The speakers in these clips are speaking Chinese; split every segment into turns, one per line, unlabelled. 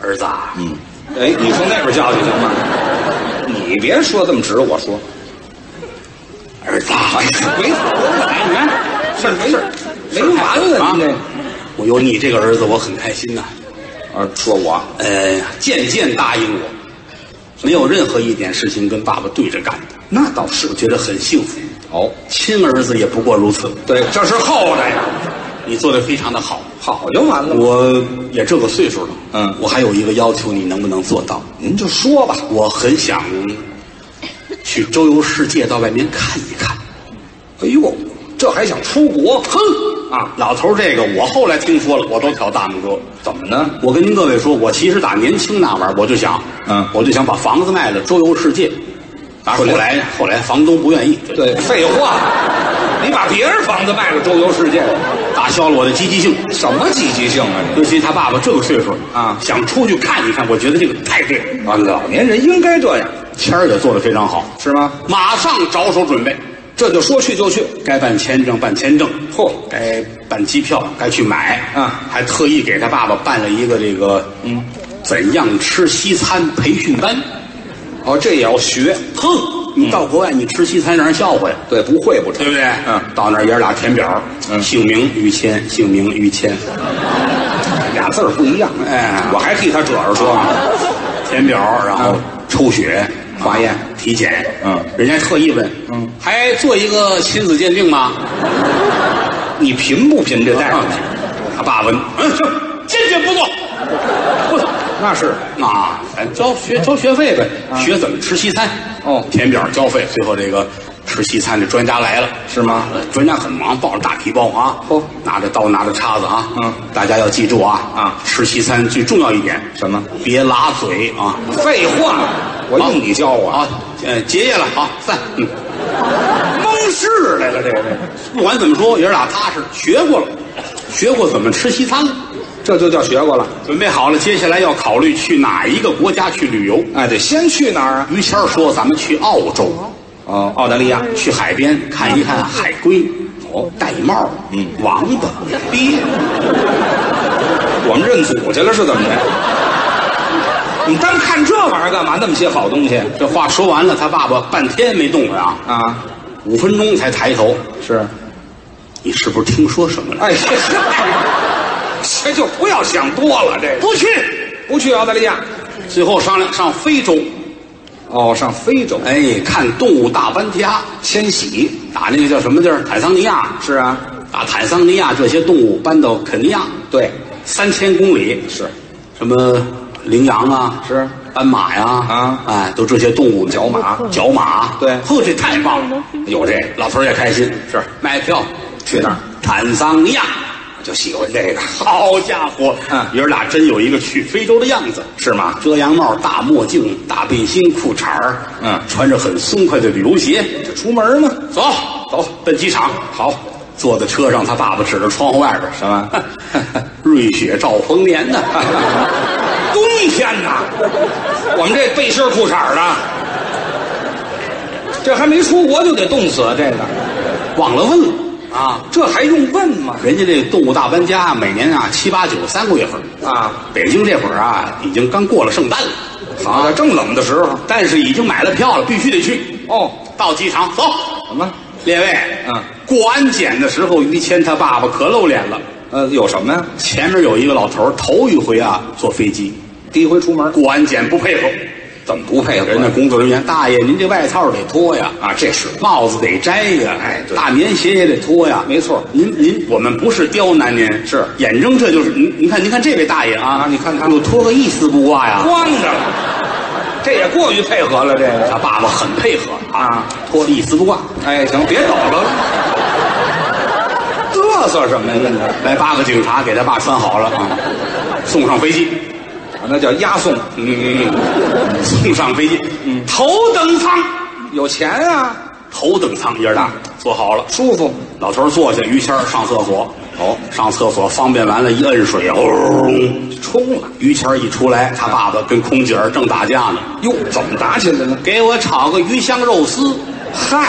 儿子啊，
嗯，哎，你从那边叫去行吗？你别说这么直，我说，
儿子啊，
哎，没头儿了，哎，你看，事儿没事儿 没完
啊
了，您这
我有你这个儿子，我很开心呐、
啊，说我
呃，渐渐答应我，没有任何一点事情跟爸爸对着干的，
那倒是
我觉得很幸福。
哦，
亲儿子也不过如此，
对，这是后来呀，
你做的非常的好。
好就完了嘛。
我也这个岁数了，
嗯
我还有一个要求，你能不能做到？
您就说吧，
我很想去周游世界，到外面看一看。
哎呦，这还想出国？
哼啊，老头儿这个我后来听说了，我都挑大拇哥了。
怎么呢？
我跟您各位说，我其实打年轻那会儿，我就想，
嗯
我就想把房子卖了，周游世界。啊，后
后来
来后来房东不愿意，对
对，废话，你把别人房子卖了，周游世界，
打消了我的积极性。
什么积极性啊你？
尤其他爸爸这个岁数
啊
想出去看一看，我觉得这个太对了。
啊，老年人应该这样，
谦儿也做得非常好，
是吗？
马上着手准备，
这就说去就去。
该办签证办签证，
嚯，
该办机票该去买
啊
还特意给他爸爸办了一个这个嗯，怎样吃西餐培训班。
哦，这也要学，
哼，你到国外你吃西餐让人笑话呀，
对，不会不成
对。不对？
嗯
到那儿爷儿俩填表，
嗯
姓名于谦，姓名于 谦，
俩字儿不一样。
哎
我还替他褶儿说
啊嗯
呢。，
填表，然后抽血、化验、体检，
嗯
人家特意问，嗯，还做一个亲子鉴定吗？
你贫不贫？这大夫，
他爸爸，嗯，坚决不 做，不做。
那是
啊，咱交学交学费呗，学怎么吃西餐。
哦
填表交费，最后这个吃西餐的专家来了，
是吗
呃？专家很忙，抱着大皮包啊，
哦
拿着刀，拿着叉子啊，
嗯，
大家要记住啊
啊
吃西餐最重要一点，
什么？
别拉嘴啊！
废话，我用你教我。
啊，呃，结业了，好散。嗯，
蒙事来了，这个
不管怎么说，爷儿俩踏实，学过了，学过怎么吃西餐了，
这就叫学过了。
准备好了，接下来要考虑去哪一个国家去旅游。
哎，得先去哪儿啊？
于谦儿说：“咱们去澳洲。”
哦，澳大利亚。
去海边看一看海龟，哦，戴帽，嗯，王八，鳖，
我们认祖去了是怎么的？你单看这玩意儿干嘛？那么些好东西
这话说完了，他爸爸半天没动弹啊，
啊？
五分钟才抬头。
是，
你是不是听说什么了？
哎， 这就不要想多了，这个
不去。
不去澳大利亚，
最后商量上非洲，
哦，上非洲
哎，看动物大搬家，
迁徙
打那个叫什么地儿？坦桑尼亚，
是啊，
打坦桑尼亚这些动物搬到肯尼亚，
对，
三千公里
是，
什么羚羊啊，
是
斑马呀，
啊
哎，都这些动物，
角马
角马，
对
呵，这太棒了，有这个老头儿也开心，
是
买票
去那儿
坦桑尼亚，
我就喜欢这个，
好家伙，
嗯
爷儿俩真有一个去非洲的样子，
是吗？
遮阳帽、大墨镜、大背心、裤衩儿，
嗯
穿着很松快的旅游鞋，
出门嘛，
走走，奔机场，好。坐在车上，他爸爸指着窗户外边儿
什么
瑞雪兆丰年 呢？
冬天呐，我们这背心儿裤衩儿的，这还没出国就得冻死啊！这个，
忘了问了啊！
这还用问吗？
人家这动物大搬家每年啊七八九三个月份，
啊，
北京这会儿啊已经刚过了圣诞了，
啊，正冷的时候，
但是已经买了票了，必须得去。
哦，
到机场走，
什么？
列位，
嗯，
过安检的时候，于谦他爸爸可露脸了。
呃，有什么呀？
前面有一个老头儿，头一回啊坐飞机，
第一回出门，
过安检不配合，
怎么不配合啊
人家
呢？
工作人员大爷，您这外套得脱呀，
啊，这是
帽子得摘呀，
哎对
大棉鞋也得脱呀，
没错
您您，我们不是刁难您，
是
眼睁这就是您，您看您看这位大爷啊，
啊你看他
就脱个一丝不挂呀。
光着了，这也过于配合了，这个。
他爸爸很配合
啊，
脱了一丝不挂。
哎，行，别叨叨了，嘚瑟什么呀？跟这，
来八个警察给他爸穿好了啊，送上飞机，
啊那叫押送，
嗯，送上飞机，
嗯
头等舱，
有钱啊，
头等舱爷儿俩
嗯
坐好了，
舒服，
老头儿坐下，于谦儿上厕所，
哦，
上厕所方便完了，一摁水，轰，
冲了。
于谦儿一出来，他爸爸跟空姐儿正打架呢，
哟，怎么打起来了？
给我炒个鱼香肉丝。
嗨，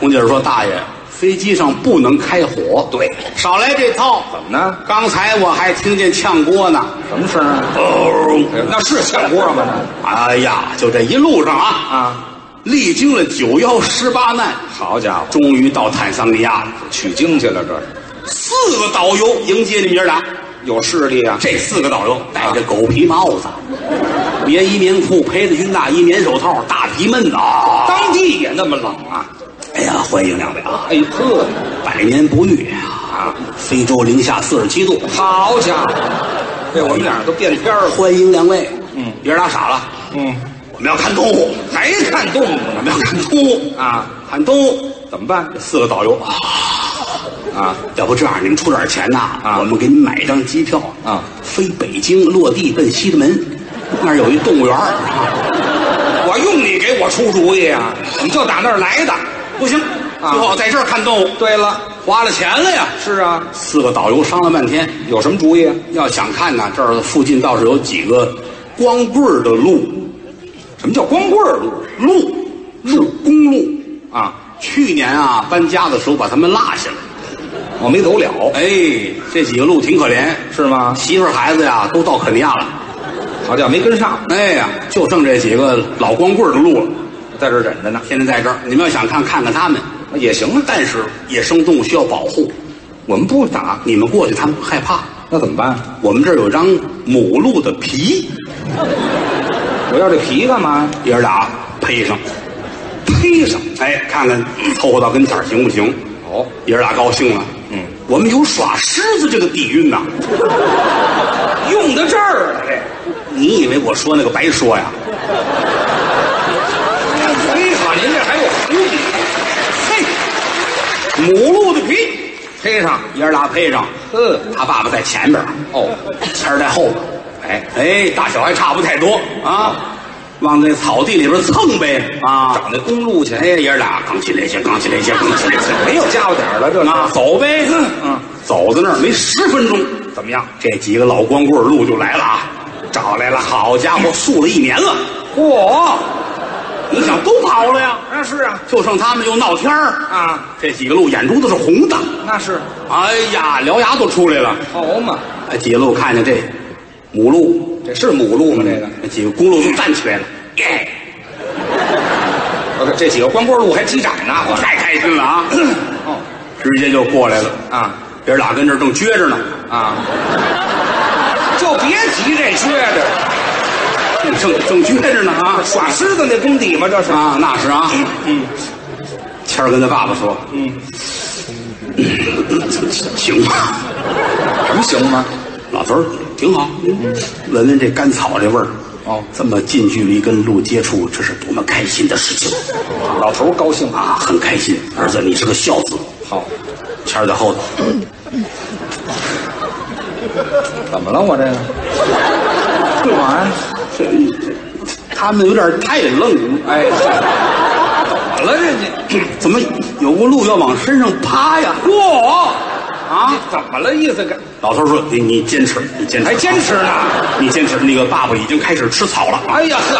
空姐儿说：“大爷，飞机上不能开火，
对，
少来这套。
怎么呢？
刚才我还听见呛锅呢。
什么声啊？
哦，
那是炝锅吗？
哎呀，就这一路上啊，
啊，
历经了九幺十八难，
好家伙，
终于到坦桑尼亚了。
取经去了这是，
四个导游迎接你们爷俩，
有势力啊！
这四个导游戴着狗皮帽子，棉衣棉裤，披着军大衣、棉手套、大皮闷子啊！
当地也那么冷啊？
哎呀，欢迎两位啊！
哎呵，
百年不遇啊！非洲零下四十七度，
好家伙，这我们俩都变天儿了。
欢迎两位。嗯，爷俩傻了，
嗯，
我们要看动物，
还看动物呢
我们要看动物，
啊？
看动物。
怎么办
四个导游啊，
啊？
要不这样，你们出点钱呐、
啊
我们给你们买一张机票
啊，
飞北京落地奔西直门，那儿有一动物园儿
我用你给我出主意啊！你就打那儿来的。
不行，
啊
最好在这儿看动物，
对了，
花了钱了呀。
是啊，
四个导游商量半天，
有什么主意啊？
要想看呢，这儿附近倒是有几个光棍儿的路，
什么叫光棍儿路
路是公路。
啊？
去年啊，搬家的时候把他们落下了。
我没走了，
哎，这几个路挺可怜，
是吗？
啊媳妇儿孩子呀都到肯尼亚了。
好家伙，没跟上，
哎呀，就剩这几个老光棍儿的路了，
在这儿忍着呢，
天天在这儿。你们要想看，看看他们，
也行啊。
但是野生动物需要保护，
我们不打，
你们过去他们害怕。
那怎么办？
我们这儿有张母鹿的皮，
我要这皮干嘛呀？
爷儿俩配上，配上，哎，看看凑合到跟前儿行不行？
哦，
爷儿俩高兴了，
嗯，
我们有耍狮子这个底蕴呐、
用到这儿了，这
哎你以为我说那个白说呀？哎
嘿好，您这还有伏笔，
嘿，母鹿的皮，
黑上，
爷儿俩配上，
嗯，
他爸爸在前边儿，
哦，
谦儿在后边儿，
哎，
哎，大小还差不太多啊，往那草地里边蹭呗
找
啊。
那公路去，
哎，爷儿俩刚起来些，刚起来些，刚起来些，
没有家伙点儿了，这
啊，
是
走呗，
嗯，
走到那儿没十分钟，
怎么样？
这几个老光棍儿路就来了啊，找来了，好家伙，树了一年了，
嚯，
你想都跑了呀？
那是啊，
就剩他们又闹天儿
啊，
这几个鹿眼珠子是红的，
那是，哦
哎呀，獠牙都出来了。
好嘛，
哎，几个鹿看见这母鹿，
这是母鹿吗？这个，
那几个公鹿就站起来了，耶，
哦，这几个光棍鹿还积攒呢，我
太开心了啊！
哦
直接就过来了，
啊
爷儿俩跟这儿正撅着呢，
啊，就别提这撅着，
正正撅着呢啊
耍狮子那功底吗？这是，
啊，那是啊，嗯，谦儿跟他爸爸说，
嗯，
行吧，
能行吗？
老头儿挺好，闻闻这干草这味儿。
哦
这么近距离跟鹿接触，这是多么开心的事情！
老头儿高兴
啊，
啊，
很开心。儿子，你是个孝子。
好，
谦儿在后头，
怎么了我这个？干嘛呀？
这他们有点太愣，
哎，怎么了人家？
怎么有个鹿要往身上趴呀？
嚯，
啊！
怎么了意思？干
老头说：“你你坚持，你坚持，
还坚持呢？
你坚持。那个爸爸已经开始吃草了，
哎呀呵，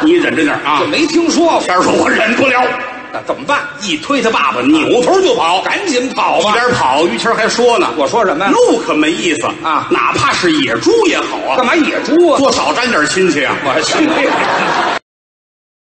你忍着点啊
这。没听说”过，
谦儿说：“我忍不了。
那怎么办？”
一推他爸爸，扭头就跑，
啊赶紧跑
一
吧！
边跑，于谦儿还说呢：“
我说什么呀？
鹿可没意思
啊
哪怕是野猪也好啊，
干嘛野猪啊？
多少沾点亲戚啊。”
我去。